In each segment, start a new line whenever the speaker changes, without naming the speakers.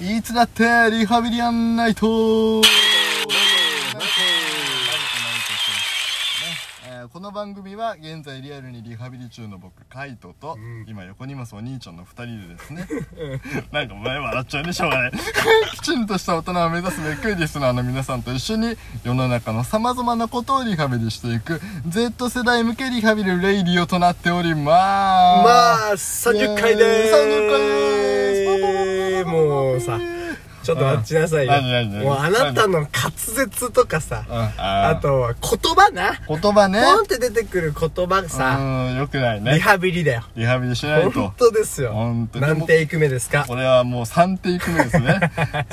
いつだってリハビリアンナイトえーこの番組は現在リアルにリハビリ中の僕カイトと、
うん
今横にいますお兄ちゃんの2人でです ねなんかお前笑っちゃうねしょうがない きちんとした大人を目指すべくリスナーの皆さんと一緒に世の中のさまざまなことをリハビリしていく Z 世代向けリハビリレイディオとなっております
まあ30回でーす
30回でーす
もうさちょっと待ちなさいよ
うん何何何
もうあなたの滑舌とかさ
うんあ
あ
ー
とは言葉な
言葉ね
ポンって出てくる言葉さ
うんよくない
リ
ね
ハビリだよ
リハビリしないと
本当ですよ
ほんとに
何テイク目ですか
これはもう3テイク目です ね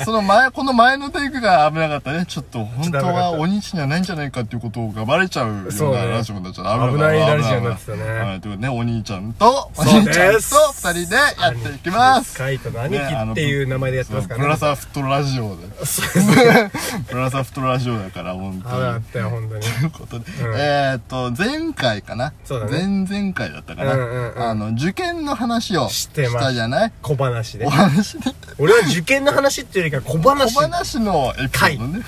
その前この前のテイクが危なかったねちょっと本当はお兄ちゃんにはないんじゃないかっていうことがバレちゃうよ
そうう
な
だね
ラジオになっちゃう
危ないラジオになってたね
はいということでねお兄ちゃんとお
そう
兄
で
ちゃんと2
す
人でやっていきます
カイトの兄貴っていう名前でやってますから
ねあの
ね
そうブラザーフットラジオで
そうですね
ブラザーフットラジオだから本当
危な
に
かったよ本当に
ということで、
うん
えーっと前回かな、
そうだ
前
ね
々回だったかな、
うんうんうん
あの受験の話をし
してました
たじゃない
小話で
お話で
俺は受験の話っていうよりか小話
小話のエピソードね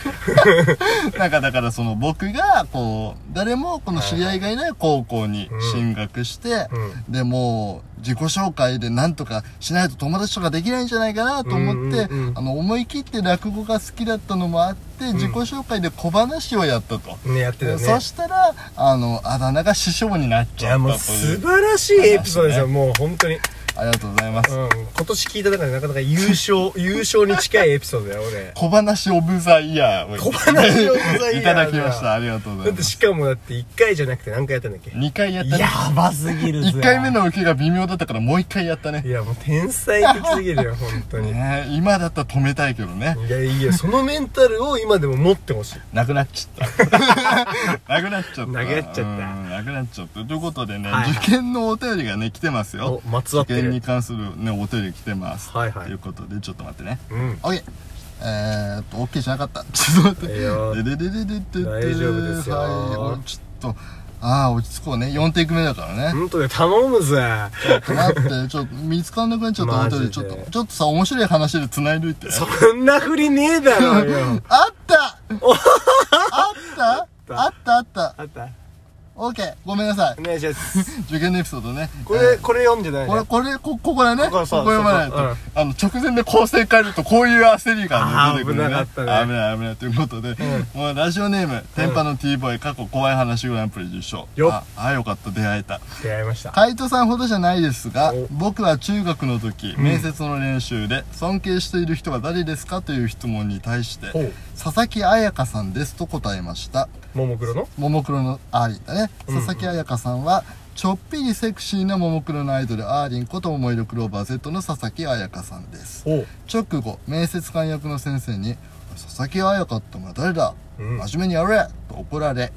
なんかだからその僕がこう誰もこの知り合いがいない高校に進学して、でもう自己紹介でなんとかしないと友達とかできないんじゃないかなと思って、
うんうんうん
あの思い切って落語が好きだったのもあって、自己紹介で小話をやったと。
ねやってたよ
そ
ね
したらあのあだ名が師匠になっ
い
ちゃ
や
っ
もう
たとい
素
う
晴らしいエピソードですよもう本当にうん
ありがとうございます、
今年聞いた中でなかなか優 勝優勝に近いエピソードだよ俺
小話オブザイヤーを
小話オブザイヤーだ
いただきましたありがとうござい
だっ
ま
て
す
しかもだって1回じゃなくて何回やったんだっけ
2回やったね
やばすぎるぜ
1回目の受けが微妙だったからもう1回やったね
いやもう天才的すぎるよ本当 に
ねえ今だったら止めたいけどね
いやいやそのメンタルを今でも持ってほしい
なくなっちゃった なくなっちゃった
なくなっちゃった
うんなくなっちゃったということでね、
はい
受験のお便りがね来てますよ
おまつわって
受
る
験に関するねお便り来てます
はいはい
ということでちょっと待ってね
うん
オッケーえーっと、オッケーじゃなかった。 ちょっと待って。
いいよ
ででででででで
大丈夫ですよ
はいお。ちょっと、ああ、落ち着こうね。4テイク目だからね。
本当に頼むぜ
待って、ちょっと見つかんなくなっちゃった
マ
本
ジ
当
で
にちょっと、ちょっとさ、面白い話で繋いどいて。
そんなふりねえだろ うよ
あったあった
た
あったあった。
あった
オッケー。ごめんなさい
お。願いします
受験のエピソードね。
こ
え
れ
ー
これ読んじゃダメ
こ
だ
れ、
よ
これ、こ、ここだね。こ
こ
こ
こそう
読まないと。
そう
あ
うん
の、直前で構成変えると、こういう焦りが
あー
ね出てくるね。
危なかったね
危ない危ない。ということで、もうラジオネーム、天パの T ボーイ、過去怖い話グランプリ受賞。
よっ
あ、あよかった、出会えた。
出会いました
カイトさんほどじゃないですが
お
僕は中学の時面接の練習で尊敬している人は誰ですかという質問に対して
ほう
佐々木彩香さんですと答えました
ももクロの
ももクロのアーリンだね
うん
佐々木彩香さんはちょっぴりセクシーなももクロのアイドルアーリンこと思い出クローバー Z の佐々木彩香さんです
おう
直後面接官役の先生に「佐々木彩香ってお前誰だ
うん
真面目にやれ!」と怒られ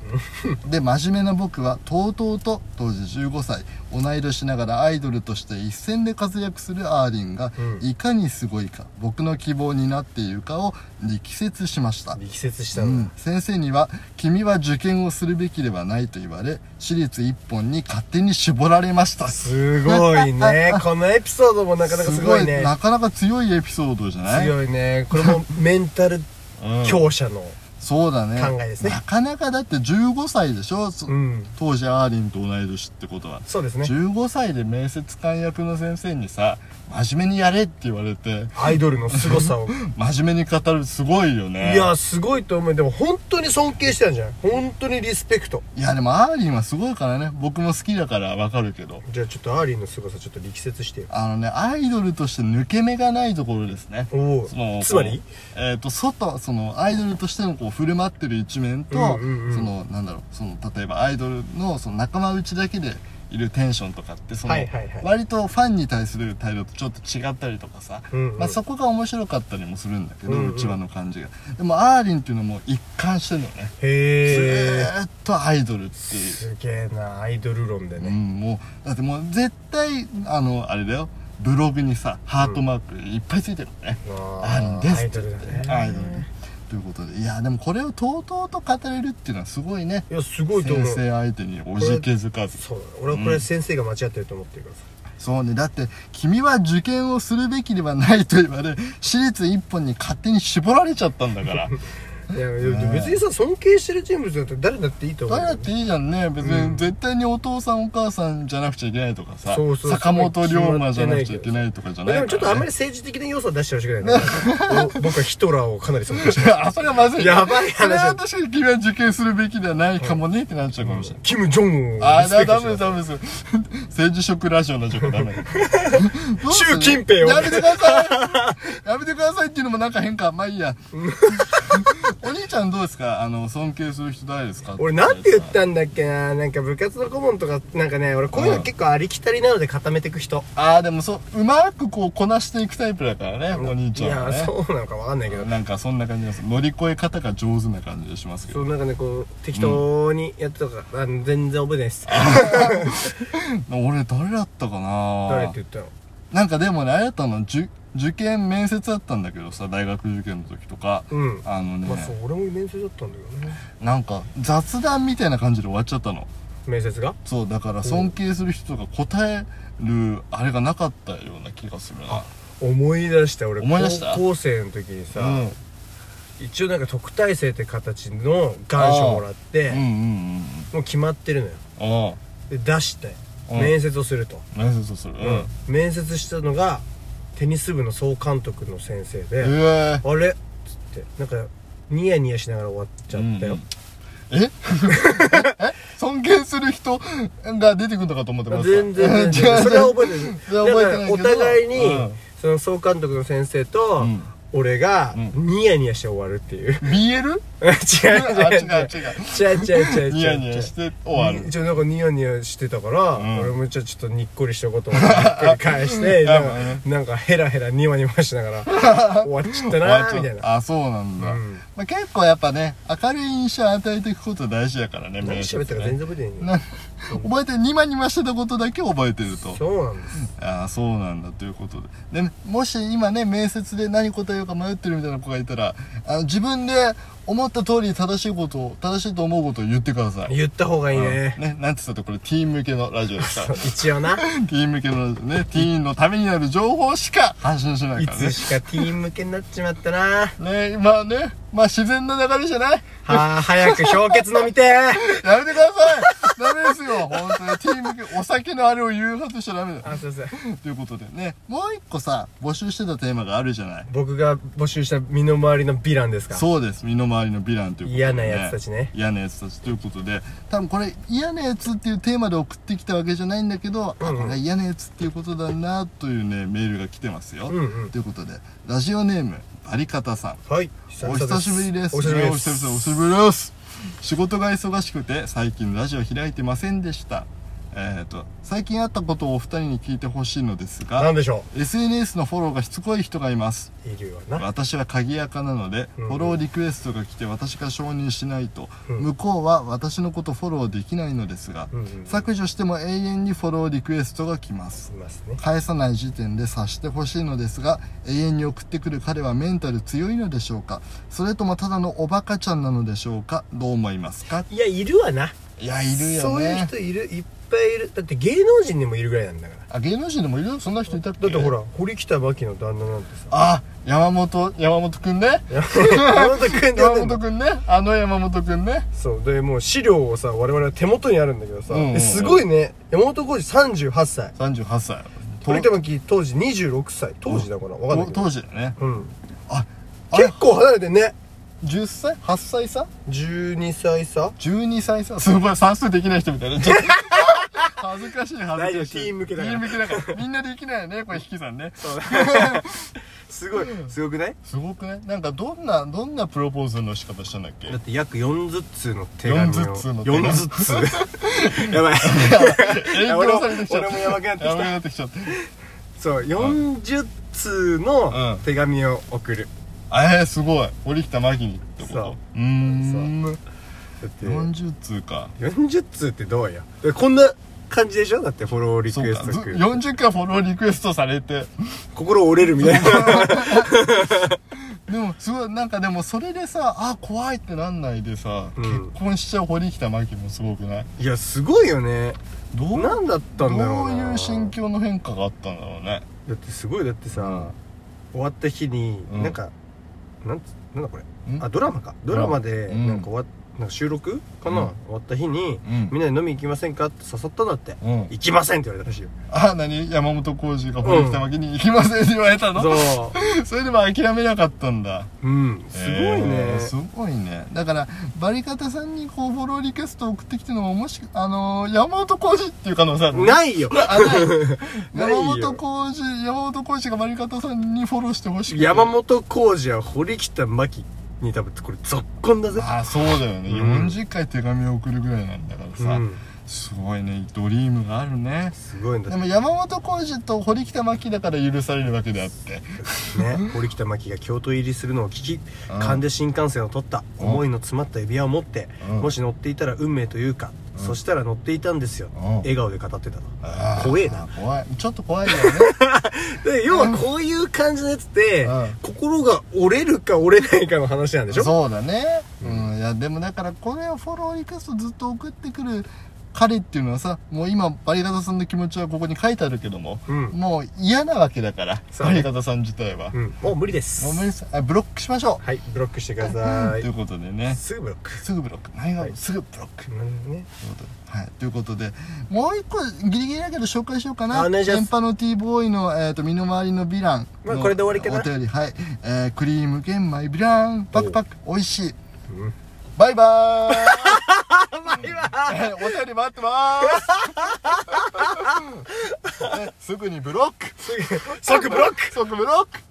で真面目な僕はとうとうと当時15歳同い年ながらアイドルとして一戦で活躍するアーリンが、
うん
いかにすごいか僕の希望になっているかを力説しました
力説し
う
たん
ん
だ、
先生には「君は受験をするべきではない」と言われ私立一本に勝手に絞られました
すごい ねこのエピソードもなかなかすごいね
なかなか強いエピソードじゃない
強いねこれもメンタル
うん
強者の
そうだね
考えですね
なかなかだって15歳でしょ、そ
うん
当時アーリンと同い年ってことは、
そうですね
15歳で面接官役の先生にさ真面目にやれって言われて
アイドルの凄さ を
真面目に語るすごいよね
いやすごいと思うでも本当に尊敬してたんじゃない本当にリスペクト
いやでもアーリンはすごいからね僕も好きだからわかるけど
じゃあちょっとアーリーの凄さちょっと力説してよ
あのねアイドルとして抜け目がないところですね
お
その
おつま
こ
り
うえっ、と外そのアイドルとしてのこう振る舞ってる一面と、
うんうんうん
そのなんだろうその例えばアイドルのその仲間内だけでいるテンションとかってその、
はいはいはい
割とファンに対する態度とちょっと違ったりとかさ、
うんうん
まあ、そこが面白かったりもするんだけど、う
うんうん
ちわの感じがでもアーリンっていうのも一貫してるのね、
へえ
ずーっとアイドルっていう
すげえなアイドル論で
う
ね
ん、もうだってもう絶対あのあれだよブログにさハートマークいっぱいついてるのね、あるん
あ
です
ーアイドルだね
アイドルねということでいやでもこれをとうとうと語れるっていうのはすごいね
いやすごいと思
先
う
生相手におじけづかず
そう俺はこれ先生が間違ってると思ってるからさ
そうねだって君は受験をするべきではないと言われ私立一本に勝手に絞られちゃったんだから
いやでも別にさ尊敬してる人物だったら誰だっていいと思う
誰
よ
だっていいじゃんね別
う
に
ん
絶対にお父さんお母さんじゃなくちゃいけないとかさ
そうそうそう
坂本龍馬じゃなくちゃいけないとかじゃないから、
でも
ね、
ちょっとあんまり政治的な要素は出してほしくないねお僕はヒトラーをかなり尊敬し
あそれはまずい
やばい話
それは確かに君は受験するべきではないかもねってなっちゃうかもしれない、
キム・ジョンウン を
あ
リ
ー
スペ
だ
クト
ダ
して
メですダメです 政治色ラジオの情報 ダメ
習近平を
やめてくださいやめてくださいっていうのもなんか変かまあいいや お兄ちゃんどうですかあの尊敬する人誰ですか
俺なんて言ったんだっけななんか部活の顧問とかなんかね俺こういうの結構ありきたりなので固めてく人、
ああでもそううまくこうこなしていくタイプだからねお兄ち
い
ゃんは
や
ね
そうなのかわかんないけど、
なんかそんな感じがする乗り越え方が上手な感じがしますけ
そ
ど
うなんかねこう適当にやってたから、あの全然覚えてないです
俺誰だったかな
誰って言ったの
なんかでもねあれだったの受受験面接だったんだけどさ大学受験の時とか、
うん
あのね、
まあそう俺も面接だったんだけどね
なんか雑談みたいな感じで終わっちゃったの
面接が
そうだから尊敬する人が答えるあれがなかったような気がするな
思い出した俺
思い出した
高校生の時にさ、
うん
一応なんか特待生って形の願書もらって、
うんうんうん
もう決まってるのよ
あ
で出して
うん
面接をすると、
あ面接するうん
うん面接したのがテニス部の総監督の先生で、
え
あれっつってなんかニヤニヤしながら終わっちゃったよ、
えええ尊敬する人が出てくるのかと思ってました
全 然全
違
然
う
それは覚えてる
それは覚えてないけど
お互いに、
うん
その総監督の先生と、
うん
俺が
う
ニヤニヤして終わる っていう
BL?
違う
あ
違う違う
違う
違う違う違う違う違う
ニヤニヤして終わる
一応なんかニヤニヤしてたから、
ん
俺もちょっとにっこりしとこ うと思ってにっこり返して
や
なん
ばい
か
ね
なんかヘラヘラニワニワしなが ら終わっちゃったなーみたいな
あそうなんだ、
うん
まあ、結構やっぱね明るい印象を与えていくこと大事やからね
何
面接
喋ったか
ね
全然覚えてないね
な覚えてニマニマしてたことだけ覚えてると
そうなんです
ああそうなんだということででもし今ね面接で何答えようか迷ってるみたいな子がいたらあの自分で思った通り正しいことを正しいと思うことを言ってください
言った方がいいね
うんねなんて言ったってこれティーン向けのラジオですから
一応な
ティーン向けのねティーンのためになる情報しか発信しない
い
からね
つしかティーン向けになっちまったな
ねまあねまあ自然な流れじゃない
はあ早く氷結飲みて ー
やめてくださいダメですよ本当にティーン向けお酒のあれを誘発しちゃダメだ
あすいません
ということでねもう一個さ募集してたテーマがあるじゃない
僕が募集した身の回りのヴィランですか
そうです身の回りのヴィランということで、
嫌なやつたちね
嫌なやつたちということで多分これ嫌なやつっていうテーマで送ってきたわけじゃないんだけど、
うんうん
あこれが嫌なやつっていうことだなというねメールが来てますよ、
うんうん
ということでラジオネームバリカタさん
はい
お久しぶりです。
お久しぶりで
お久
す
々お久しぶりです。仕事が忙しくて最近ラジオ開いてませんでした。えっ、と、最近あったことをお二人に聞いてほしいのです
な
が
ん、でしょ
SNS のフォローがしつこい人がいます。
ういるよな
私は鍵垢なので、
うん
フォローリクエストが来て私が承認しないと、
うん
向こうは私のことフォローできないのですが、
うんうん
削除しても永遠にフォローリクエストが来ます
い。ますね
返さない時点で察してほしいのですが永遠に送ってくる彼はメンタル強いのでしょうかそれともただのおバカちゃんなのでしょうかどう思いますか
いやいるわない
やいるよね
そういう人いるいっぱいいるだって芸能人にもいるぐらいなんだから
あ芸能人でもいるそんな人いたっけ
だってほら堀北真希の旦那なんてさ
あ山本山本くんね
山本君って呼
山
んでん
本
の
くんねあの山本くんね
そうでもう資料をさ我々は手元にあるんだけどさ、
うんうんうん
ですごいね山本浩二38歳
38歳
堀北真希当時26歳当時だから分かんな
と
いけど
当時だよね
うん
ああれ
結構離れてんね
10歳8歳差
12歳差
12歳差すごい算数できない人みたいな 恥ずかしい恥ずかしい
大丈夫ティーン向けだから
ティーン向けだからみんなできないよねこれ引き算ね
そうすごいすごくない
すごくねなんかどんなどんなプロポーズの仕方したんだっけ
だって約40通の手
紙を
紙を
40
40通 やばい
影響されてきちゃった
俺もやばくなってきた
やばくなってきちゃった
そう40通の手紙を送る、
えー、すごい堀北真希にってこと
そう
うーん
だって
40通か
40通ってどうよでこんな感じでしょだってフォローリク
そう
エ
か
スト
ず
来る
40回フォローリクエストされて
心折れるみたいな
でもすごいなんかでもそれでさあ怖いってなんないでさ、
うん
結婚しちゃう堀北真希もすごくない
いやすごいよね
どう
何だったんだろ
ど
う
う
な
いう心境の変化があったんだろうね
だってすごいだってさ、
うん
終わった日に、
うん
なんかなんつなんだこれ
ん
あドラマかドラマで
うん
なんか終わっなんか収録かな、
うん
終わった日に、
うん
みんなで飲み行きませんかって誘ったんだって、
うん
行きませんって言われたらしいよ
あ何山本浩二が堀北真希に行きませんって言われたの、
そ
それでも諦めなかったんだ
ううんすごいね、
えーすごいねだからバリカタさんにこうフォローリクエストを送ってきてるのももしあのー山本浩二っていう可能性ある
ないよ
あない
ないよ
山本浩二山本浩二がバリカタさんにフォローしてほしい
山本浩二は堀北真希に多分これ続婚だぜ
ああそうだよね、
うん
40回手紙を送るぐらいなんだからさ、
うん
すごいねドリームがあるね
すごいんだ
で
って
も山本浩二と堀北真希だから許されるわけであって
ね堀北真希が京都入りするのを聞き
うん
勘で新幹線を取った
うん
思いの詰まった指輪を持って
うん
もし乗っていたら運命というかそしたら乗っていたんですよ
うん
笑顔で語ってたの
あー
怖えな
怖いちょっと怖いよね
で要はこういう感じのやつって
うん
心が折れるか折れないかの話なんでしょ
そうだねうんいやでもだからこれをフォローリクエストずっと送ってくる彼っていうのはさもう今バリカタさんの気持ちはここに書いてあるけども、
うん
もう嫌なわけだから、
そう
バ
ね
リカタさん自体は、
うんもう無理です
ごめんなさいあブロックしましょ
はいブロックしてくだ
う、
さ
ということでね
いすぐブロック
すぐブロック何が、
はい
すぐブロックという
うんね
ことではい、ということでもう一個ギリギリだけど紹介しようかな
あお願いします
電波の T ボーイの、えー、と身の回りのヴィランの
まあこれで終わりかな
お便りはい、えークリーム玄米ヴィランパクパク美味しい
うん
バイバーイ
バイバイ
えーお便り待ってますえすぐにブロック
すぐ即ブロック
即ブロック